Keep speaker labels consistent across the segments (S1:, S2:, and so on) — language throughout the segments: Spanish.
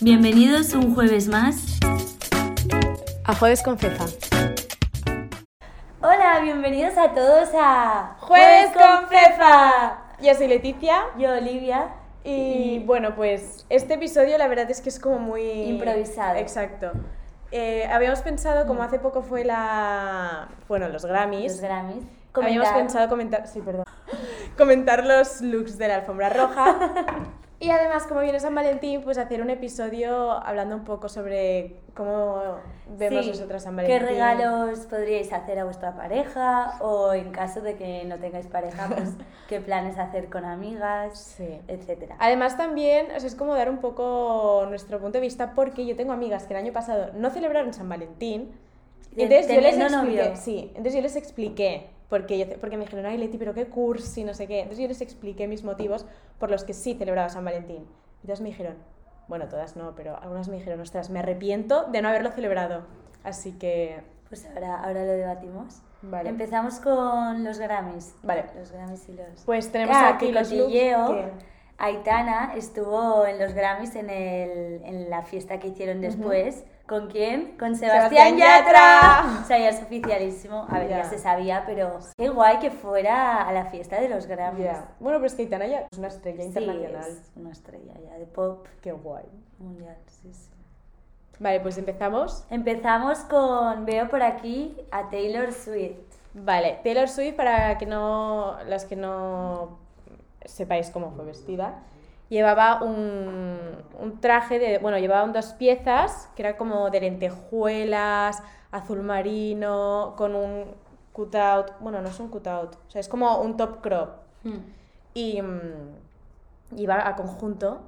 S1: Bienvenidos un jueves más.
S2: A Jueves Confesa.
S1: Hola, bienvenidos a todos a
S2: Jueves con
S1: Fefa.
S2: Yo soy Leticia
S1: Yo, Olivia.
S2: y bueno, pues este episodio la verdad es que es como muy...
S1: Improvisado.
S2: Exacto. Eh, habíamos pensado, como hace poco fue la... Bueno, los Grammys.
S1: Los Grammys.
S2: Habíamos
S1: Comentar.
S2: pensado comentar... Sí, perdón. comentar los looks de la alfombra roja. y además, como viene San Valentín, pues hacer un episodio hablando un poco sobre cómo vemos
S1: Sí,
S2: nosotras San Valentín.
S1: ¿Qué regalos podríais hacer a vuestra pareja? O en caso de que no tengáis pareja, pues qué planes hacer con amigas,
S2: Sí.
S1: etcétera.
S2: Además también o sea, es como dar un poco nuestro punto de vista porque yo tengo amigas que el año pasado no celebraron San Valentín. Y
S1: De-
S2: entonces yo les
S1: teniendo
S2: expliqué,
S1: novio.
S2: sí, entonces yo les expliqué porque yo- porque me dijeron, "Ay, Leti, pero qué cursi, no sé qué." Entonces yo les expliqué mis motivos por los que sí celebraba San Valentín. Entonces me dijeron, bueno, todas no, pero algunas me dijeron, "Ostras, me arrepiento de no haberlo celebrado." Así que
S1: Pues ahora, ahora lo debatimos.
S2: Vale.
S1: Empezamos con los Grammys.
S2: Vale.
S1: Los Grammys y los...
S2: pues tenemos
S1: Ah,
S2: aquí
S1: que
S2: los looks
S1: cotilleo.
S2: que-
S1: Aitana estuvo en los Grammys en, el- en la fiesta que hicieron después. ¿Con quién? Con Sebastián,
S2: Sebastián
S1: Yatra.
S2: Yatra.
S1: O sea, ya es oficialísimo. A ver, ya.
S2: Ya.
S1: se sabía, pero qué guay que fuera a la fiesta de los Grammys.
S2: Ya. Bueno, pero es que Aitana ya es una estrella
S1: Sí,
S2: internacional.
S1: es una estrella ya de pop
S2: Qué guay.
S1: mundial. sí, sí.
S2: Vale, pues empezamos.
S1: Empezamos con, veo por aquí, a Taylor Swift.
S2: Vale, Taylor Swift, para que no, las que no sepáis cómo fue vestida, llevaba un, un traje de, bueno, llevaba un dos piezas, que era como de lentejuelas, azul marino, con un cutout, bueno, no es un cutout, o sea, es como un top crop. Y mm, iba a conjunto.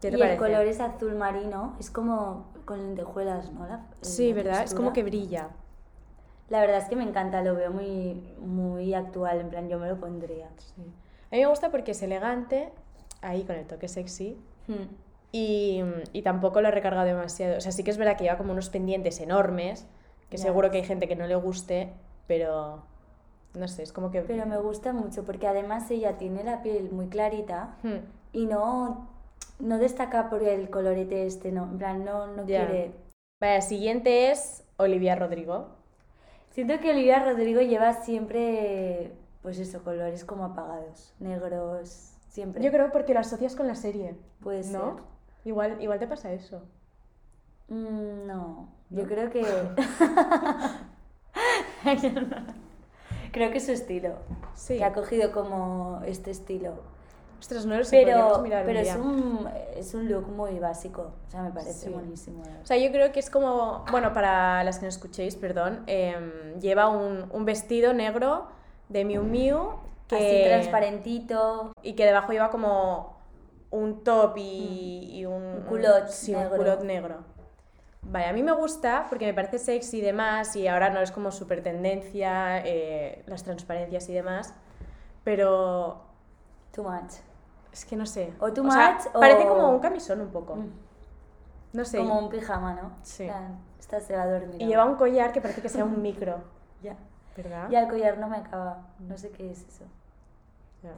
S2: ¿Qué te
S1: y
S2: parece?
S1: el color es azul marino. Es como con lentejuelas, ¿no? La-
S2: Sí,
S1: la
S2: ¿verdad? Es como
S1: textura.
S2: que brilla.
S1: La verdad es que me encanta, lo veo muy, muy actual, en plan yo me lo pondría.
S2: A mí me gusta porque es elegante, ahí con el toque sexy,
S1: Hmm.
S2: Y, y tampoco lo he recargado demasiado. O sea, sí que es verdad que lleva como unos pendientes enormes, que
S1: Ya.
S2: seguro que hay gente que no le guste, pero no sé, es como que...
S1: Pero me gusta mucho porque además ella tiene la piel muy clarita
S2: Hmm,
S1: y no, no destaca por el colorete este, no, en plan no, no
S2: ya.
S1: quiere...
S2: Vale, la siguiente es Olivia Rodrigo.
S1: Siento que Olivia Rodrigo lleva siempre, pues eso, colores como apagados, negros, siempre.
S2: Yo creo porque lo asocias con la serie,
S1: Puede
S2: ¿no?
S1: ser.
S2: Igual, igual te pasa eso.
S1: Mm, no, yo
S2: ¿No?
S1: creo que... creo que es su estilo,
S2: Sí.
S1: que ha cogido como este estilo.
S2: Ostras, no lo sé, podríamos
S1: Pero,
S2: mirar un
S1: pero es,
S2: día.
S1: un, es un look muy básico. O sea, me parece
S2: Sí.
S1: buenísimo. la verdad.
S2: O sea, yo creo que es como, bueno, para las que no escuchéis, perdón, em, lleva un, un vestido negro de Miu Miu que...
S1: Así transparentito.
S2: y que debajo lleva como un top y, y un,
S1: Mm. Un culot
S2: sí, un
S1: negro.
S2: culot negro. Vale, a mí me gusta porque me parece sexy y demás, y ahora no es como super tendencia, las transparencias y demás, pero
S1: Too much.
S2: es que no sé.
S1: O too
S2: sea,
S1: much, o-
S2: Parece como un camisón un poco,
S1: Mm.
S2: no sé.
S1: Como un pijama, ¿no?
S2: Sí.
S1: En plan, Esta se va a dormir.
S2: Y lleva un collar que parece que sea un micro,
S1: Ya.
S2: ¿verdad?
S1: Ya el collar no me acaba. No sé qué es eso.
S2: Ya.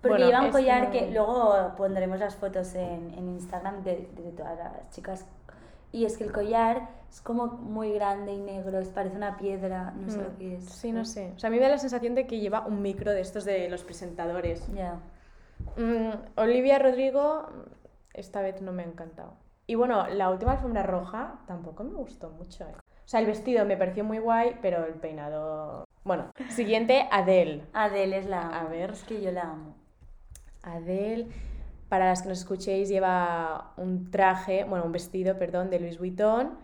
S1: Porque
S2: Bueno,
S1: lleva un
S2: esto
S1: collar
S2: no-
S1: que luego pondremos las fotos en, en Instagram de, de todas las chicas. Y es que el collar es como muy grande y negro. es- parece una piedra. No sé
S2: Mm.
S1: lo que es.
S2: Sí, no sé. O sea, a mí me da la sensación de que lleva un micro de estos de los presentadores.
S1: Ya.
S2: Mm, Olivia Rodrigo mm, esta vez no me ha encantado. Y bueno, la última alfombra roja tampoco me gustó mucho. eh. O sea, el vestido me pareció muy guay, pero el peinado... Bueno, siguiente, Adele.
S1: Adele es la.
S2: A ver.
S1: Es que yo la amo.
S2: Adele, para las que nos escuchéis, lleva un traje, bueno, un vestido, perdón, de Louis Vuitton.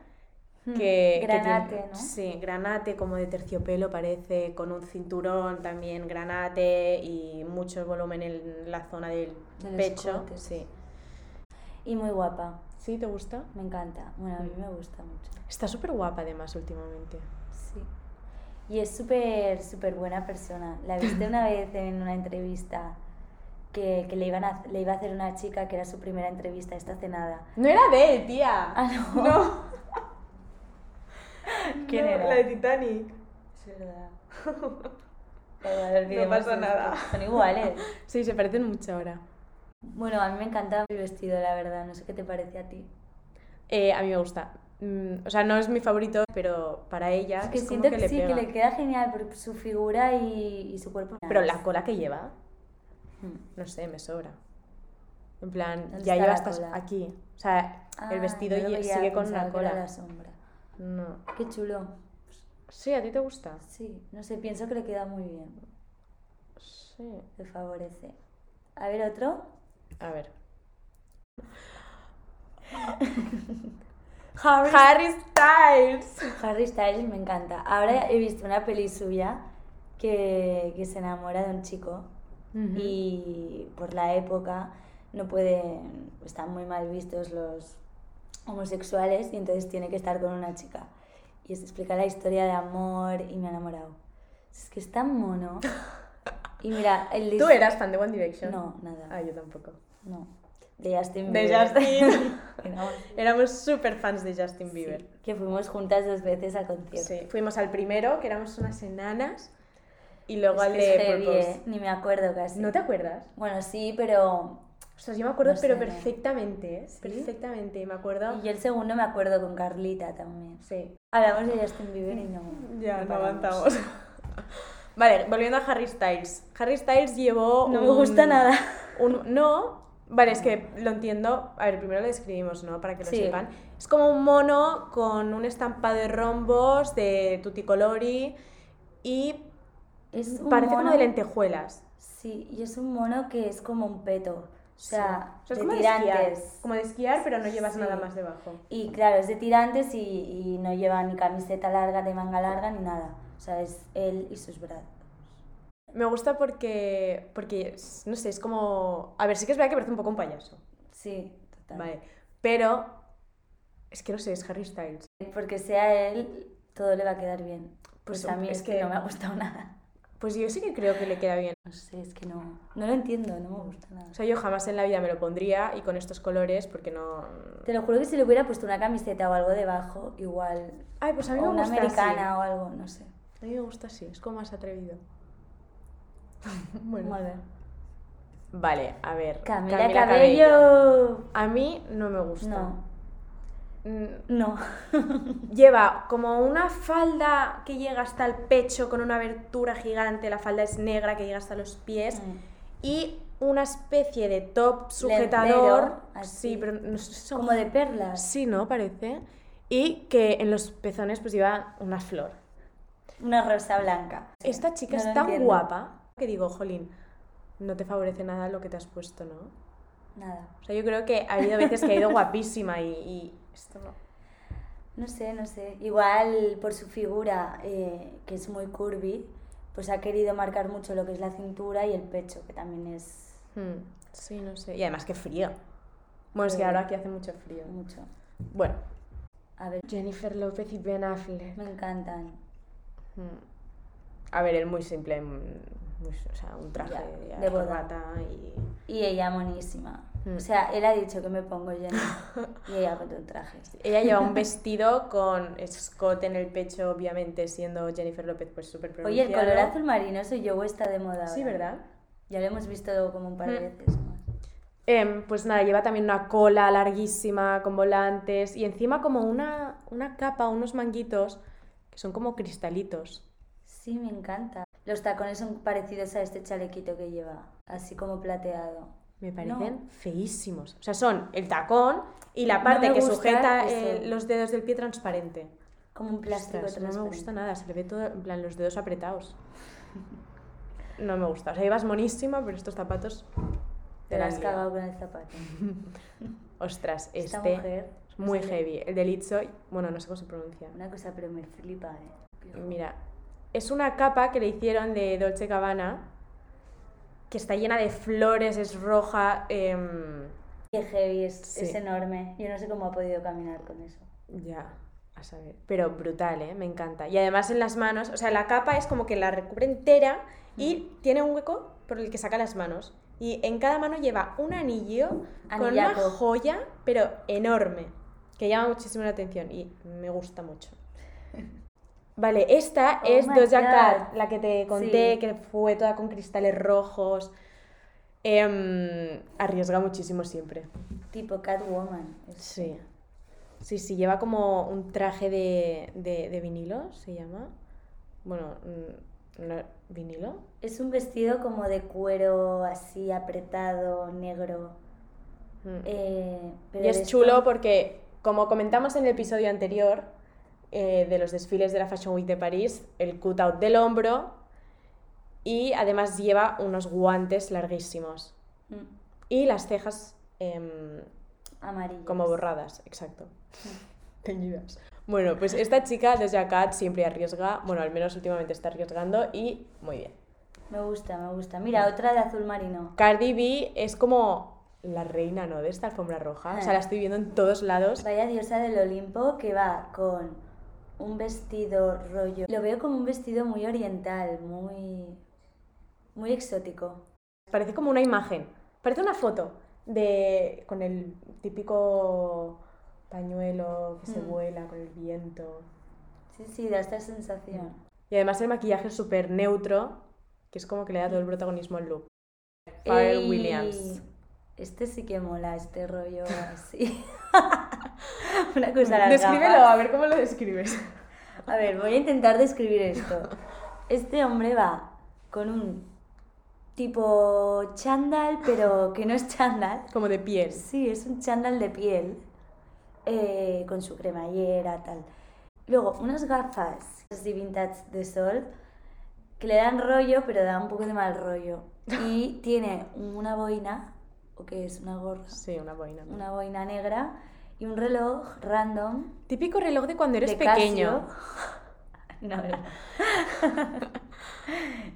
S2: Que, que tiene-
S1: Mm, Granate, ¿no?
S2: Sí, granate como de terciopelo parece, con un cinturón también granate y mucho volumen en la zona del
S1: De los
S2: pecho.
S1: escotes.
S2: Sí.
S1: Y muy guapa,
S2: ¿Sí? ¿Te gusta?
S1: me encanta. Bueno, a mí
S2: Hmm.
S1: me gusta mucho.
S2: Está súper guapa además últimamente.
S1: Sí. Y es súper, súper buena persona. La viste una vez en una entrevista que, que le, iban a, le iba a hacer una chica que era su primera entrevista esta cenada.
S2: No era de él, tía.
S1: Ah, no. ¿Quién
S2: No,
S1: era?
S2: La de Titanic.
S1: Es verdad. Pero a ver,
S2: No
S1: olvidemos
S2: pasa
S1: esto.
S2: nada.
S1: Son iguales.
S2: Sí, se parecen mucho ahora.
S1: Bueno, a mí me encantaba mi vestido, la verdad. No sé qué te parece a ti.
S2: Eh, a mí me gusta. Mm, o sea, no es mi favorito, pero para ella
S1: Es que
S2: es como
S1: siento que,
S2: le
S1: sí,
S2: pega.
S1: que le queda genial por su figura y, y su cuerpo.
S2: Pero la cola que lleva,
S1: Mm.
S2: no sé, me sobra. En plan,
S1: ¿Dónde está
S2: ya lleva
S1: la
S2: hasta
S1: cola?
S2: aquí. O sea,
S1: Ah,
S2: el vestido
S1: yo lo
S2: lle-
S1: veía,
S2: sigue con
S1: pensaba
S2: una
S1: que era
S2: cola.
S1: la sombra.
S2: No.
S1: Qué chulo.
S2: Sí, a ti te gusta.
S1: Sí, no sé, pienso que le queda muy bien.
S2: Sí.
S1: Le favorece. A ver, otro.
S2: A ver.
S1: Harry,
S2: Harry Styles.
S1: Styles me encanta. Ahora he visto una peli suya que, que se enamora de un chico y por la época no puede, están muy mal vistos los homosexuales y entonces tiene que estar con una chica. Y es explica la historia de amor y me ha enamorado. Es que es tan mono. Y mira, el
S2: ¿Tú
S1: dis-
S2: eras fan de One Direction?
S1: No, nada.
S2: Ah, yo tampoco.
S1: No. De Justin
S2: De
S1: Bieber.
S2: Justin.
S1: Éramos-
S2: Éramos súper fans de Justin Bieber.
S1: sí, que fuimos juntas dos veces al
S2: Sí.
S1: concierto.
S2: Fuimos al primero, que éramos unas enanas, y luego
S1: Es
S2: al
S1: que
S2: de
S1: es heavy,
S2: Purpose.
S1: ¿eh? Ni me acuerdo casi.
S2: ¿No te acuerdas?
S1: Bueno, sí, pero...
S2: Ostras, yo me acuerdo,
S1: No
S2: pero
S1: sé.
S2: perfectamente, ¿eh?
S1: ¿Sí?
S2: Perfectamente. Me acuerdo.
S1: Y yo el segundo me acuerdo con Carlita también.
S2: Sí.
S1: Hablamos de Justin Bieber y no...
S2: Ya, no
S1: paramos.
S2: avanzamos. Vale, volviendo a Harry Styles. Harry Styles llevó.
S1: No me
S2: un-
S1: gusta nada.
S2: un- no. Vale, es que lo entiendo. A ver, primero lo describimos, ¿no? Para que lo
S1: Sí.
S2: sepan. Es como un mono con un estampado de rombos, de tuticolori y
S1: Es un
S2: parece
S1: mono-
S2: como de lentejuelas.
S1: Sí, y es un mono que es como un peto. O sea,
S2: Sí. O sea, es
S1: de
S2: como de
S1: tirantes.
S2: esquiar. Como de esquiar, pero no llevas
S1: Sí.
S2: nada más debajo.
S1: Y claro, es de tirantes y, y no lleva ni camiseta larga, de manga larga, ni nada. O sea, es él y sus brazos.
S2: Me gusta porque, porque, es- no sé, es como... A ver, sí que es verdad que parece un poco un payaso,
S1: Sí, total.
S2: ¿vale? Pero es que no sé, es Harry Styles.
S1: Porque sea él, todo le va a quedar bien.
S2: Pues
S1: Pues, a mí
S2: es
S1: es que
S2: que-
S1: no me ha gustado nada.
S2: Pues yo sí que creo que le queda bien.
S1: No sé, es que no, no lo entiendo, no me gusta nada.
S2: O sea, yo jamás en la vida me lo pondría y con estos colores porque no...
S1: Te lo juro que si le hubiera puesto una camiseta o algo debajo, igual.
S2: Ay, pues a mí
S1: O
S2: me
S1: una
S2: gusta
S1: americana o algo, no sé.
S2: así. A mí me gusta así, es como más atrevido. bueno.
S1: Vale.
S2: Vale, a ver.
S1: Camila,
S2: Camila
S1: Cabello.
S2: A mí no me gusta.
S1: No,
S2: Mm,
S1: no.
S2: Lleva como una falda que llega hasta el pecho con una abertura gigante, la falda es negra que llega hasta los
S1: Mm.
S2: pies y una especie de top sujetador,
S1: Lentero, así.
S2: sí, pero no sé si son-
S1: Como de perlas.
S2: sí, no parece, y que en los pezones pues lleva una flor.
S1: Una rosa blanca.
S2: Esta chica
S1: No
S2: es
S1: lo
S2: tan
S1: entiendo.
S2: guapa que digo, jolín, no te favorece nada lo que te has puesto, ¿no?
S1: Nada.
S2: O sea, yo creo que ha habido veces que ha ido guapísima y, y esto no.
S1: No sé, no sé. Igual por su figura, eh, que es muy curvy, pues ha querido marcar mucho lo que es la cintura y el pecho, que también es
S2: Hmm, Sí, no sé. Y además que frío. Bueno, es que
S1: Sí.
S2: ahora aquí hace mucho frío.
S1: mucho.
S2: Bueno.
S1: A ver,
S2: Jennifer López y Ben Affleck.
S1: me encantan.
S2: A ver, él muy simple, mm, muy- o sea, un traje
S1: Ya,
S2: a
S1: de boda.
S2: corbata y...
S1: Y ella monísima.
S2: Mm.
S1: O sea, él ha dicho que me pongo llena y ella con un traje.
S2: Ella lleva un vestido con Scott en el pecho, obviamente, siendo Jennifer López pues súper
S1: Oye, el
S2: pronunciado.
S1: color azul marino, soy yo, está de moda.
S2: Sí,
S1: ahora.
S2: ¿verdad?
S1: Ya lo hemos visto como un par de
S2: Mm.
S1: veces más.
S2: Em, pues nada, lleva también una cola larguísima con volantes y encima como una, una capa, unos manguitos que son como cristalitos.
S1: Sí, me encanta. Los tacones son parecidos a este chalequito que lleva, así como plateado.
S2: Me
S1: No.
S2: parecen feísimos. O sea, son el tacón y la
S1: No
S2: parte
S1: me
S2: que
S1: gusta
S2: sujeta
S1: eso.
S2: eh, los dedos del pie transparente.
S1: Como un plástico
S2: Ostras, no me
S1: transparente.
S2: gusta nada, se le ve todo, en plan, los dedos apretados. No me gusta. O sea, ibas monísima, pero estos zapatos
S1: Te
S2: la
S1: la has
S2: han liado.
S1: cagado con el zapato.
S2: Ostras,
S1: Esta
S2: este
S1: mujer.
S2: es muy
S1: no sé,
S2: heavy. El de Lizzo, bueno, no sé cómo se pronuncia.
S1: Una cosa, pero me flipa, ¿eh?
S2: Mira, es una capa que le hicieron de Dolce Gabbana que está llena de flores, es roja. em,
S1: Qué heavy, es,
S2: Sí.
S1: es enorme. Yo no sé cómo ha podido caminar con eso.
S2: Ya, a saber. Pero brutal, ¿eh? Me encanta. Y además en las manos, o sea, la capa es como que la recubre entera y
S1: Mm.
S2: tiene un hueco por el que saca las manos. Y en cada mano lleva un anillo con una
S1: Anillaco.
S2: joya, pero enorme, que llama muchísimo la atención y me gusta mucho. Vale, esta
S1: Oh
S2: es
S1: my
S2: Doja Cat,
S1: God.
S2: la que te conté,
S1: Sí.
S2: que fue toda con cristales rojos. em, arriesga muchísimo siempre.
S1: Tipo Catwoman. es-
S2: Sí. Sí, sí, lleva como un traje de, de, de vinilo, se llama. Bueno, mm, no- ¿vinilo?
S1: Es un vestido como de cuero así apretado, negro.
S2: Mm.
S1: eh, pero
S2: y es
S1: de esto-
S2: chulo porque, como comentamos en el episodio anterior eh, de los desfiles de la Fashion Week de París, el cut-out del hombro y además lleva unos guantes larguísimos
S1: Mm,
S2: y las cejas em,
S1: amarillo.
S2: como borradas, exacto. Teñidas. Bueno, pues esta chica de Jacat siempre arriesga, bueno, al menos últimamente está arriesgando y muy bien.
S1: Me gusta, me gusta. Mira, otra de azul marino.
S2: Cardi B es como la reina, ¿no? De esta alfombra roja. O sea,
S1: Eh.
S2: la estoy viendo en todos lados.
S1: Vaya diosa del Olimpo que va con un vestido rollo. Lo veo como un vestido muy oriental, muy. muy exótico.
S2: Parece como una imagen, parece una foto de con el típico pañuelo que se
S1: Mm.
S2: vuela con el viento.
S1: Sí, sí, da esta sensación.
S2: Y además el maquillaje es súper neutro, que es como que le da todo el protagonismo al look.
S1: Ey,
S2: Pharrell Williams.
S1: Este sí que mola, este rollo así. Una cosa Pues a las
S2: Descríbelo,
S1: gafas.
S2: a ver cómo lo describes.
S1: A ver, voy a intentar describir esto. Este hombre va con un tipo chándal, pero que no es chándal.
S2: Como de piel.
S1: Sí, es un chándal de piel eh, con su cremallera, tal. Luego, unas gafas así vintage de sol que le dan rollo, pero da un poco de mal rollo. Y tiene una boina, o que es una gorra,
S2: Sí, una boina. ¿no?
S1: una boina negra y un reloj random
S2: Típico reloj de cuando eres
S1: de
S2: pequeño.
S1: Casio. No, no.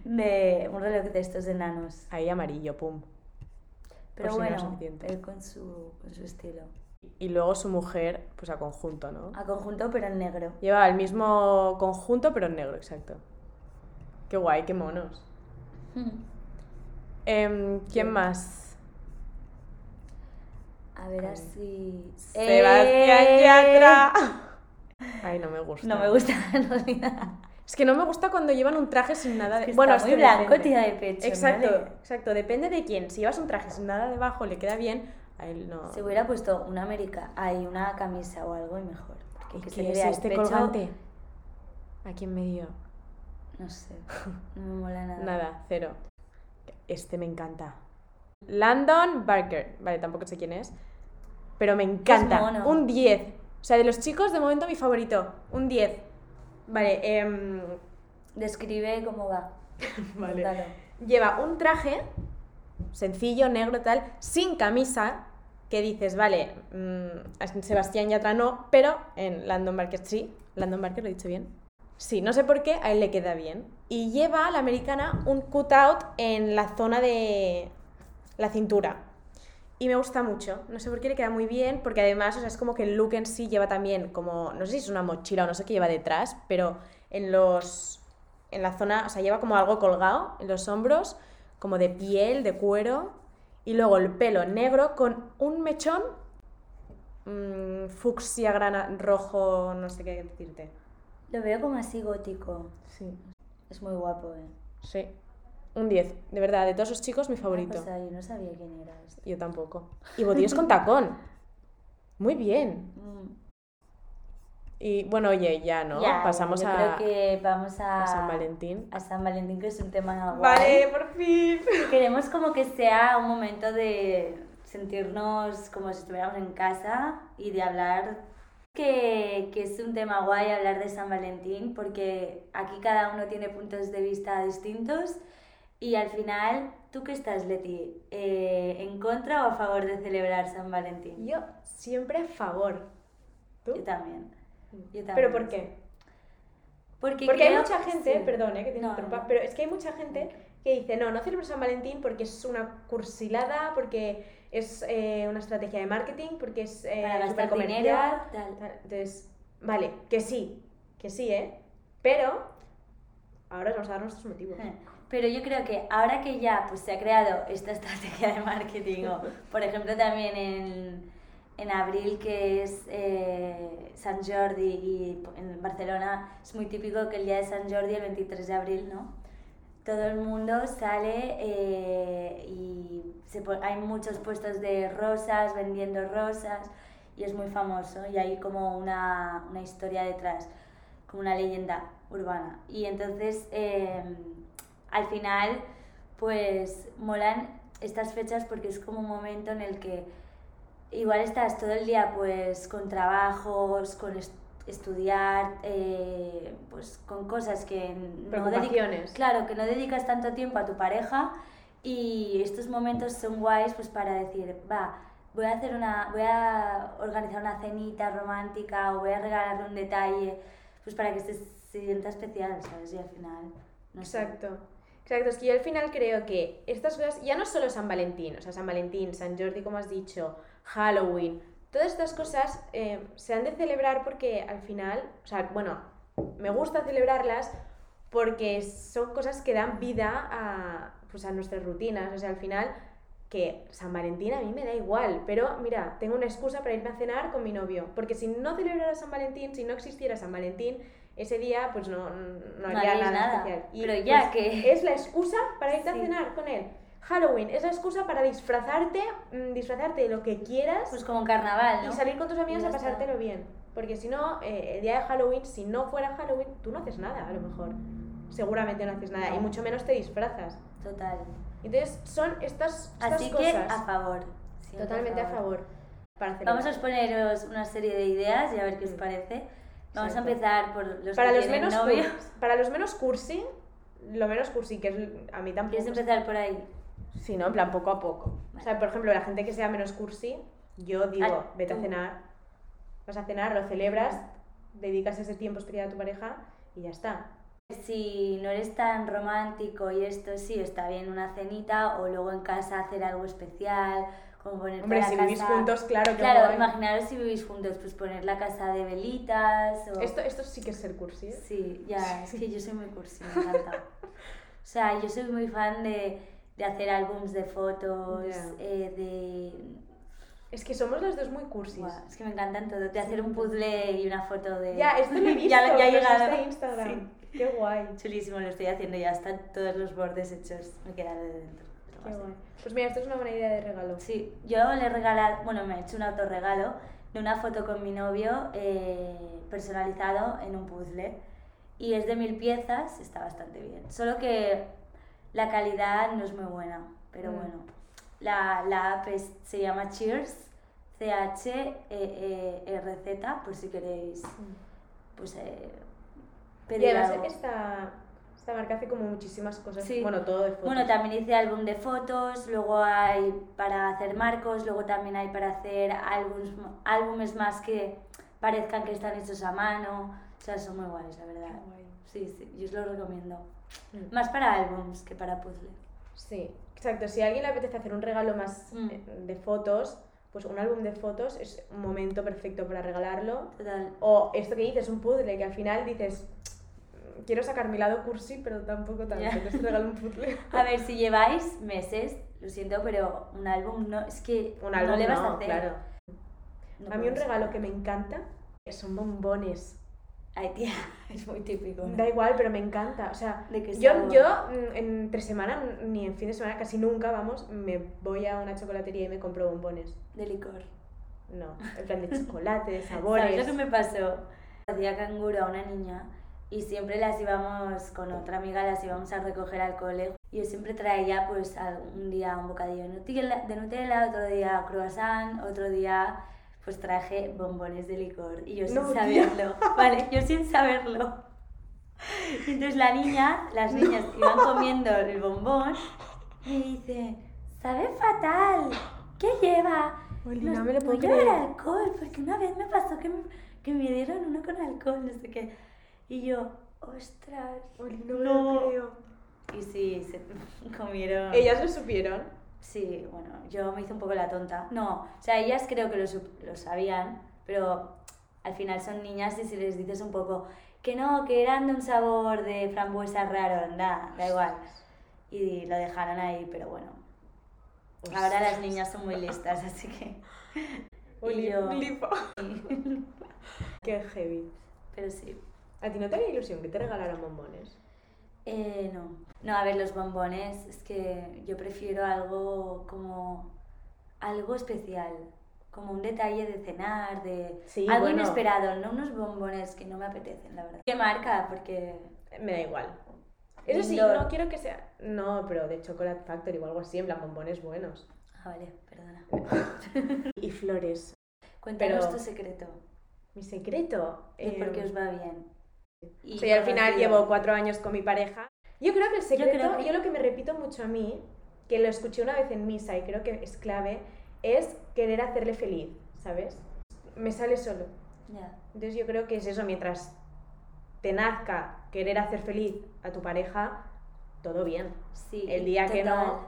S1: de un reloj de estos de enanos.
S2: Ahí amarillo, pum.
S1: Pero
S2: si no era
S1: bueno,
S2: suficiente.
S1: él con su, con su estilo.
S2: Y luego su mujer, pues a conjunto, ¿no?
S1: A conjunto, pero en negro.
S2: Lleva el mismo conjunto, pero en negro, exacto. Qué guay, qué monos.
S1: Hmm.
S2: Em, ¿Quién más?
S1: A ver
S2: Ay.
S1: así.
S2: Sebastián
S1: ¡Eh!
S2: Yatra. Ay, no me gusta.
S1: No me gusta en realidad.
S2: Es que no me gusta cuando llevan un traje sin nada de...
S1: Es que
S2: bueno,
S1: está
S2: es que
S1: muy blanco,
S2: depende.
S1: tira de pecho,
S2: Exacto,
S1: ¿no? De-
S2: exacto. Depende de quién. Si llevas un traje sin nada debajo, le queda bien. A él no.
S1: Se hubiera puesto una América, hay una camisa o algo y mejor. Porque
S2: ¿Y
S1: que
S2: qué
S1: se le
S2: es
S1: vea el
S2: este
S1: pecho,
S2: colgante? Aquí en medio.
S1: No sé, no me mola nada.
S2: Nada, cero. Este me encanta. Landon Barker. Vale, tampoco sé quién es. Pero me
S1: Es
S2: encanta.
S1: mono.
S2: Un 10. O sea, de los chicos, de momento mi favorito. Un 10. Vale, em,
S1: Describe cómo va.
S2: Vale.
S1: Cuéntalo.
S2: Lleva un traje sencillo, negro, tal, sin camisa, que dices, vale, mm, a Sebastián Yatra no, pero en Landon Barker sí. Landon Barker, lo he dicho bien. Sí, no sé por qué, a él le queda bien. Y lleva a la americana un cutout en la zona de la cintura. Y me gusta mucho, no sé por qué le queda muy bien, porque además, o sea, es como que el look en sí lleva también como, no sé si es una mochila o no sé qué lleva detrás, pero en los, en la zona, o sea, lleva como algo colgado en los hombros, como de piel, de cuero, y luego el pelo negro con un mechón mm, fucsia, grana, rojo, no sé qué decirte.
S1: Lo veo como así gótico.
S2: Sí.
S1: Es muy guapo, ¿eh?
S2: Sí. Un 10, de verdad, de todos los chicos, mi favorito.
S1: O sea, yo no sabía quién era este.
S2: Yo tampoco. Y botillos con tacón. Muy bien.
S1: Mm.
S2: Y bueno, oye, ya, ¿no?
S1: Ya,
S2: Pasamos
S1: yo
S2: a,
S1: Creo que vamos a.
S2: a San Valentín.
S1: A San Valentín, que es un tema. guay.
S2: Vale, por fin.
S1: Queremos como que sea un momento de sentirnos como si estuviéramos en casa y de hablar. Que, que es un tema guay hablar de San Valentín porque aquí cada uno tiene puntos de vista distintos y al final, ¿tú qué estás, Leti? Eh, ¿En contra o a favor de celebrar San Valentín?
S2: Yo siempre a favor. ¿Tú?
S1: Yo también. Yo también.
S2: ¿Pero por qué?
S1: Porque,
S2: Porque hay
S1: creo-
S2: mucha gente,
S1: sí.
S2: perdón, eh, que te
S1: No,
S2: interrumpa,
S1: no.
S2: pero es que hay mucha gente que dice, no, no celebro San Valentín porque es una cursilada, porque es eh, una estrategia de marketing, porque es eh,
S1: Para gastar
S2: supercomercial,
S1: dinero, tal.
S2: tal". Entonces, vale, que sí, que sí, ¿eh? Pero ahora os vamos a dar nuestros motivos.
S1: Eh, Pero yo creo que ahora que ya pues, se ha creado esta estrategia de marketing, o por ejemplo también en, en abril que es eh, San Jordi y en Barcelona es muy típico que el día de San Jordi, el 23 de abril, ¿no? todo el mundo sale eh, y se po- hay muchos puestos de rosas, vendiendo rosas, y es muy famoso, y hay como una, una historia detrás, como una leyenda urbana. Y entonces, eh, al final, pues molan estas fechas porque es como un momento en el que igual estás todo el día pues con trabajos, con est- estudiar, eh, pues con cosas que no dedicas
S2: Preocupaciones.
S1: Claro, que no dedicas tanto tiempo a tu pareja y estos momentos son guays pues para decir, va, voy a hacer una voy a organizar una cenita romántica o voy a regalarle un detalle, pues para que se sienta especial, ¿sabes? Y al final no sé.
S2: Exacto. Exacto, es que yo al final creo que estas cosas, ya no solo San Valentín, o sea, San Valentín, San Jordi, como has dicho, Halloween, todas estas cosas eh, se han de celebrar porque al final, o sea, bueno, me gusta celebrarlas porque son cosas que dan vida a, pues, a nuestras rutinas, o sea, al final que San Valentín a mí me da igual, pero mira, tengo una excusa para irme a cenar con mi novio, porque si no celebrara San Valentín, si no existiera San Valentín, ese día pues no, no
S1: No
S2: haría
S1: harías
S2: nada,
S1: nada,
S2: especial.
S1: pero ya
S2: pues,
S1: que-
S2: Es la excusa para irte
S1: Sí.
S2: a cenar con él. Halloween es la excusa para disfrazarte, mm, disfrazarte de lo que quieras
S1: Pues como carnaval, ¿no?
S2: y salir con tus amigas
S1: ya
S2: a
S1: está.
S2: pasártelo bien. Porque si no, eh, el día de Halloween, si no fuera Halloween, tú no haces nada a lo mejor. Seguramente no haces nada y mucho menos te disfrazas.
S1: Total.
S2: Entonces son estas, estas
S1: Así que
S2: cosas
S1: a favor. siempre
S2: totalmente a favor. Para celebrar.
S1: Vamos a exponeros una serie de ideas y a ver qué os
S2: Mm.
S1: parece. Vamos
S2: Exacto.
S1: a empezar por los
S2: para
S1: que
S2: los
S1: tienen
S2: menos
S1: novio.
S2: cur- para los menos cursi, lo menos cursi que es a mí tampoco.
S1: ¿Quieres empezar por ahí?
S2: Sí, no, en plan poco a poco. O sea, por ejemplo, la gente que sea menos cursi, yo digo,
S1: Ah,
S2: vete a
S1: tú.
S2: cenar, vas a cenar, lo celebras, dedicas ese tiempo especial a tu pareja y ya está.
S1: Si no eres tan romántico y esto sí, está bien una cenita o luego en casa hacer algo especial, como poner
S2: Hombre,
S1: la
S2: si
S1: casa...
S2: vivís juntos, claro que
S1: Claro,
S2: guay.
S1: imaginaros si vivís juntos, pues poner la casa de velitas o...
S2: Esto, esto sí que es ser cursi. ¿eh?
S1: Sí, ya, es que yo soy muy cursi, me encanta. O sea, yo soy muy fan de, de hacer álbums de fotos,
S2: Ya.
S1: eh, de...
S2: Es que somos las dos muy cursis.
S1: Buah, es que me encantan todo, de hacer un puzzle y una foto de...
S2: Ya, esto lo he visto.
S1: ya, ya he
S2: lo has
S1: llegado.
S2: visto en Instagram. Qué guay.
S1: Sí. Chulísimo, lo estoy haciendo, ya están todos los bordes hechos, me quedaré de dentro. pero
S2: Qué
S1: va a ser.
S2: guay. Pues mira, esto es una buena idea de regalo.
S1: Sí, yo le he regalado, bueno, me he hecho un autorregalo de una foto con mi novio eh, personalizado en un puzzle. Y es de mil piezas, está bastante bien. Solo que la calidad no es muy buena, pero
S2: Mm.
S1: bueno. La, la app es- se llama Cheers, E C-H-E-E-R-Z, por si queréis pues, eh,
S2: Mm. Y
S1: pedir
S2: además
S1: algo.
S2: esta, esta marca hace como muchísimas cosas.
S1: Sí.
S2: Bueno, todo de fotos.
S1: Bueno, también hice álbum de fotos, luego hay para hacer marcos, luego también hay para hacer álbumes, álbumes más que parezcan que están hechos a mano. O sea, son muy guays, la
S2: Qué
S1: verdad.
S2: guay.
S1: Sí, sí, yo os lo recomiendo.
S2: Mm.
S1: Más para álbums que para puzzle.
S2: Sí, exacto. Si a alguien le apetece hacer un regalo más
S1: Mm.
S2: eh, de fotos, pues un álbum de fotos es un momento perfecto para regalarlo.
S1: Total.
S2: O esto que dices, un puzzle, que al final dices, quiero sacar mi lado cursi, pero tampoco tanto.
S1: Ya.
S2: Entonces te regalo un puzzle.
S1: A ver, si lleváis meses, lo siento, pero un álbum no, es que
S2: un álbum
S1: no le vas
S2: no,
S1: a hacer.
S2: claro.
S1: No
S2: a mí un
S1: puedes.
S2: regalo que me encanta son bombones.
S1: Ay, tía, es muy típico. ¿no?
S2: Da igual, pero me encanta. O sea,
S1: ¿De qué
S2: yo,
S1: sabor?
S2: yo mm, entre semana, ni en fin de semana, casi nunca, vamos, me voy a una chocolatería y me compro bombones.
S1: De licor.
S2: No, en plan de chocolate, de sabores.
S1: ¿Sabes lo que me pasó? Hacía canguro a una niña y siempre las íbamos con otra amiga, las íbamos a recoger al cole. Y Yo siempre traía pues al- un día un bocadillo de Nutella, de Nutella, otro día croissant, otro día pues traje bombones de licor y yo sin
S2: No, tía.
S1: saberlo, vale, yo sin saberlo. Y entonces la niña, las niñas iban comiendo el bombón y dice, sabe fatal, ¿qué lleva?
S2: Oli, no me lo puedo
S1: lleva el
S2: creer.
S1: alcohol, porque una vez me pasó que me, que me dieron uno con alcohol, no sé qué. Y yo, ostras.
S2: Oli, no me lo
S1: No.
S2: creo.
S1: Y sí, se comieron.
S2: Ellas lo supieron.
S1: Sí, bueno, yo me hice un poco la tonta. No, o sea, ellas creo que lo, sup- lo sabían, pero al final son niñas y si les dices un poco que no, que eran de un sabor de frambuesa raro, nada, da igual. Y lo dejaron ahí, pero bueno.
S2: Pues
S1: Ahora las niñas son muy listas, así que...
S2: Oli,
S1: y yo-
S2: flipo. Qué heavy.
S1: Pero sí.
S2: ¿A ti no te haría ilusión que te regalaran bombones?
S1: Eh, no. No, a ver, los bombones, es que yo prefiero algo como algo especial, como un detalle de cenar, de
S2: Sí,
S1: algo
S2: bueno.
S1: inesperado, no unos bombones que no me apetecen, la verdad. ¿Qué marca? Porque
S2: Me da igual. Eso sí,
S1: Lindor.
S2: no quiero que sea. No, pero de Chocolate Factory o algo así, en plan bombones buenos.
S1: Ah, vale, perdona.
S2: Y flores.
S1: Cuéntanos
S2: Pero-
S1: tu secreto
S2: Mi secreto.
S1: de
S2: eh,
S1: por qué os va bien. Y
S2: o sea, yo al final
S1: conocido.
S2: llevo cuatro años con mi pareja. Yo creo que el secreto, yo,
S1: creo que-
S2: lo que me repito mucho a mí, que lo escuché una vez en misa y creo que es clave, es querer hacerle feliz, ¿sabes? Me sale solo.
S1: Ya.
S2: Entonces yo creo que es eso, mientras te nazca querer hacer feliz a tu pareja, todo bien.
S1: Sí,
S2: El día que no-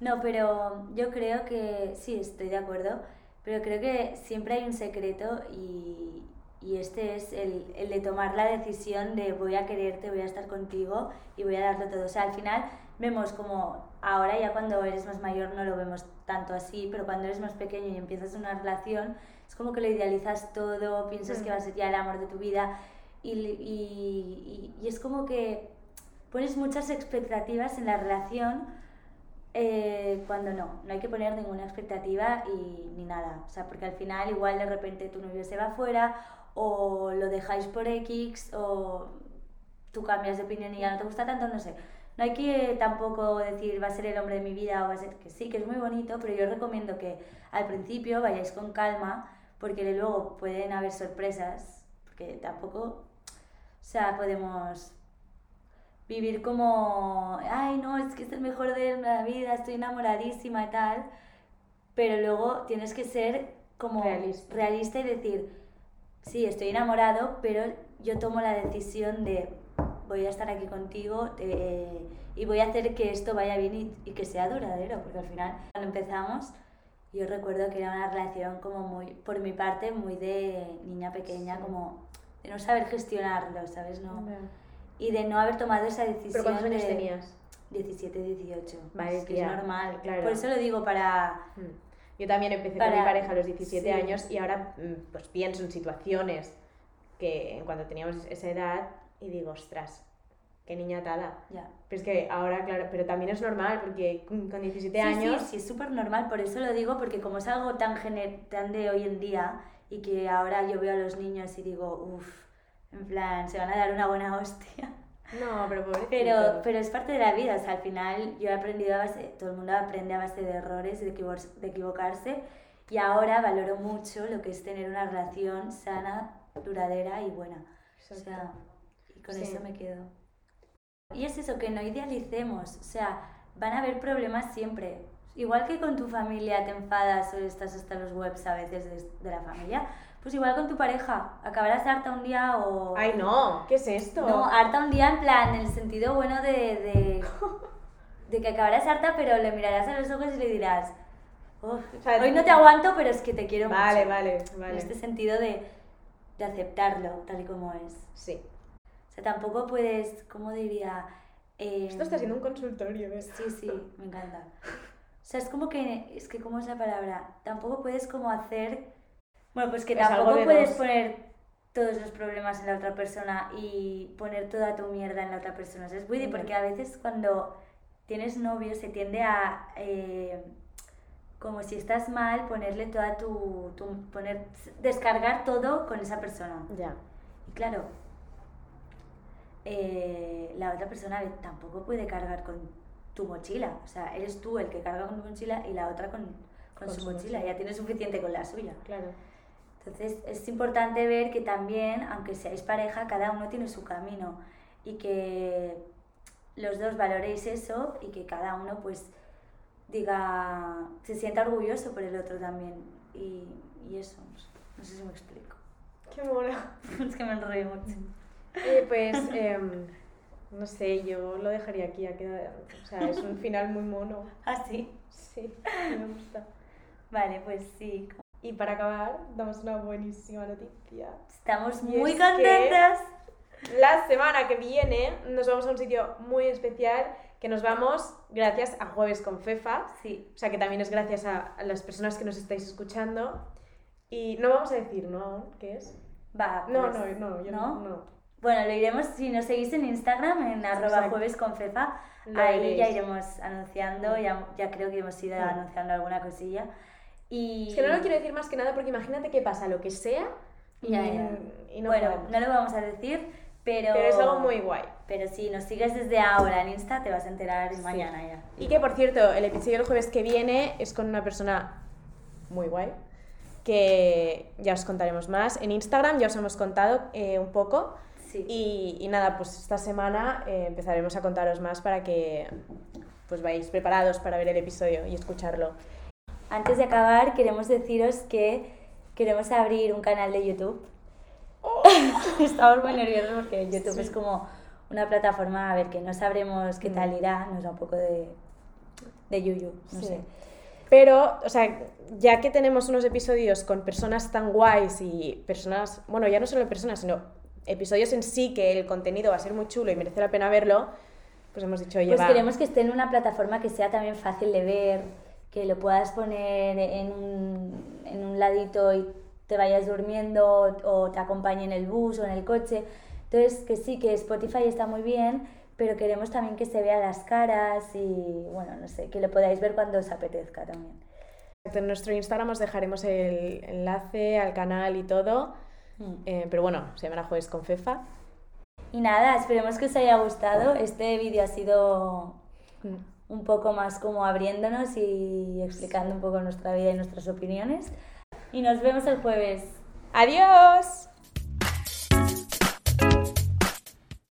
S1: No, pero yo creo que sí, estoy de acuerdo, pero creo que siempre hay un secreto y, y este es el, el de tomar la decisión de voy a quererte, voy a estar contigo y voy a darlo todo. O sea, al final vemos como ahora ya cuando eres más mayor no lo vemos tanto así, pero cuando eres más pequeño y empiezas una relación, es como que lo idealizas todo, piensas
S2: Mm.
S1: que va a ser ya el amor de tu vida y, y- y- y es como que pones muchas expectativas en la relación eh, cuando no, no hay que poner ninguna expectativa y ni nada. O sea, porque al final igual de repente tu novio se va fuera o lo dejáis por X o tú cambias de opinión y ya no te gusta tanto, no sé. No hay que tampoco decir va a ser el hombre de mi vida o va a ser que sí, que es muy bonito, pero yo recomiendo que al principio vayáis con calma porque luego pueden haber sorpresas, porque tampoco, o sea, podemos vivir como, ay no, es que es el mejor de la vida, estoy enamoradísima y tal, pero luego tienes que ser como
S2: Realista.
S1: realista y decir, sí, estoy enamorado, pero yo tomo la decisión de voy a estar aquí contigo eh, y voy a hacer que esto vaya bien y, y que sea duradero, porque al final cuando empezamos yo recuerdo que era una relación como muy, por mi parte, muy de niña pequeña,
S2: Sí.
S1: como de no saber gestionarlo, ¿sabes? No. Y de no haber tomado esa decisión.
S2: ¿Pero cuántos años
S1: de
S2: tenías?
S1: 17, 18.
S2: Vale,
S1: es que
S2: tía,
S1: es normal.
S2: claro.
S1: Por eso lo digo para...
S2: Mm. Yo también empecé con
S1: Para-
S2: mi pareja a los 17
S1: sí.
S2: años y ahora mm, pues pienso en situaciones que en cuando teníamos esa edad y digo, ostras, qué niña atada.
S1: Ya.
S2: Pero es que ahora, claro, pero también es normal porque con con 17
S1: Sí,
S2: años...
S1: Sí, sí, es súper normal, por eso lo digo, porque como es algo tan, gener- tan de hoy en día y que ahora yo veo a los niños y digo, uff, en plan, se van a dar una buena hostia.
S2: No, pero pobrecito.
S1: Pero, pues, pero es parte de la vida, o sea, al final yo he aprendido a base, todo el mundo aprende a base de errores y de, equivo- de equivocarse y ahora valoro mucho lo que es tener una relación sana, duradera y buena. O
S2: Exacto.
S1: sea, y con
S2: Sí.
S1: eso me quedo. Y es eso, que no idealicemos, o sea, van a haber problemas siempre. Igual que con tu familia te enfadas o estás hasta los webs a veces de, de la familia, pues igual con tu pareja, acabarás harta un día o...
S2: Ay, no, ¿qué es esto?
S1: No, harta un día en plan, en el sentido bueno de, de, de que acabarás harta, pero le mirarás a los ojos y le dirás, "Uf,
S2: O sea,
S1: hoy no te aguanto, pero es que te quiero
S2: Vale,
S1: mucho".
S2: vale,
S1: En
S2: vale.
S1: este sentido de, de aceptarlo tal y como es.
S2: Sí.
S1: O sea, tampoco puedes, ¿cómo diría? Eh,
S2: Esto está siendo un consultorio, ¿ves?
S1: Sí, sí, me encanta. O sea, es como que, es que, ¿cómo es la palabra? Tampoco puedes como hacer... Bueno, pues que
S2: Es algo
S1: tampoco
S2: de
S1: puedes
S2: dos.
S1: poner todos los problemas en la otra persona y poner toda tu mierda en la otra persona. Es muy
S2: Mm.
S1: porque a veces cuando tienes novio se tiende a... eh, como si estás mal, ponerle toda tu, tu- poner, descargar todo con esa persona.
S2: Ya.
S1: Y claro, eh, la otra persona ve- tampoco puede cargar con tu mochila. O sea, eres tú el que carga con tu mochila y la otra con, con
S2: Con
S1: su,
S2: su
S1: mochila.
S2: mochila.
S1: Ya tiene suficiente con la suya.
S2: Claro.
S1: Entonces es importante ver que también, aunque seáis pareja, cada uno tiene su camino y que los dos valoréis eso y que cada uno pues diga, se sienta orgulloso por el otro también. Y, y eso, no sé si me explico.
S2: Qué mola.
S1: es que me enrollo mucho.
S2: Eh, pues, em, no sé, yo lo dejaría aquí. ha quedado- o sea, es un final muy mono.
S1: Ah, sí.
S2: Sí, me gusta.
S1: Vale, pues sí.
S2: Y para acabar, damos una buenísima noticia.
S1: Estamos
S2: Y
S1: muy
S2: es que-
S1: contentas.
S2: La semana que viene nos vamos a un sitio muy especial que nos vamos gracias a Jueves con Fefa.
S1: Sí.
S2: O sea que también es gracias a, a las personas que nos estáis escuchando. Y no vamos a decir, ¿no? aún ¿Qué es?
S1: Va.
S2: No,
S1: pues,
S2: Ah, no, no, yo no.
S1: ¿no?
S2: no.
S1: Bueno, lo iremos, si nos seguís en Instagram, en arroba
S2: Exacto.
S1: jueves con Fefa,
S2: Lo
S1: ahí
S2: veréis.
S1: ya iremos anunciando, ya, ya creo que hemos ido
S2: Mm.
S1: anunciando alguna cosilla. Y...
S2: Es que no lo quiero decir más que nada porque imagínate que pasa lo que sea y,
S1: Ya, ya.
S2: y no
S1: bueno,
S2: podemos.
S1: no lo vamos a decir, pero...
S2: Pero es algo muy guay.
S1: Pero si nos sigues desde ahora en Insta, te vas a enterar
S2: Sí.
S1: mañana ya.
S2: Y que por cierto, el episodio del jueves que viene es con una persona muy guay, que ya os contaremos más. En Instagram ya os hemos contado eh, un poco.
S1: Sí.
S2: Y, y nada, pues esta semana eh, empezaremos a contaros más para que pues vayáis preparados para ver el episodio y escucharlo.
S1: Antes de acabar, queremos deciros que queremos abrir un canal de YouTube. Estamos muy nerviosos porque YouTube
S2: Oh. Sí. Mm.
S1: es como una plataforma, a ver, que no sabremos qué tal irá, nos da un poco de, de yuyu, no
S2: Sí.
S1: sé.
S2: Pero, o sea, ya que tenemos unos episodios con personas tan guays y personas, bueno, ya no solo personas, sino episodios en sí que el contenido va a ser muy chulo y merece la pena verlo, pues hemos dicho, oye,
S1: Pues
S2: va.
S1: queremos que esté en una plataforma que sea también fácil de ver, que lo puedas poner en un, en un ladito y te vayas durmiendo o o te acompañe en el bus o en el coche. Entonces, que sí, que Spotify está muy bien, pero queremos también que se vean las caras y, bueno, no sé, que lo podáis ver cuando os apetezca también.
S2: En nuestro Instagram os dejaremos el enlace al canal y todo.
S1: Mm.
S2: Eh, pero bueno, se llamará Jueves con Fefa.
S1: Y nada, esperemos que os haya gustado. Este vídeo ha sido un poco más como abriéndonos y explicando un poco nuestra vida y nuestras opiniones. Y nos vemos el jueves.
S2: ¡Adiós!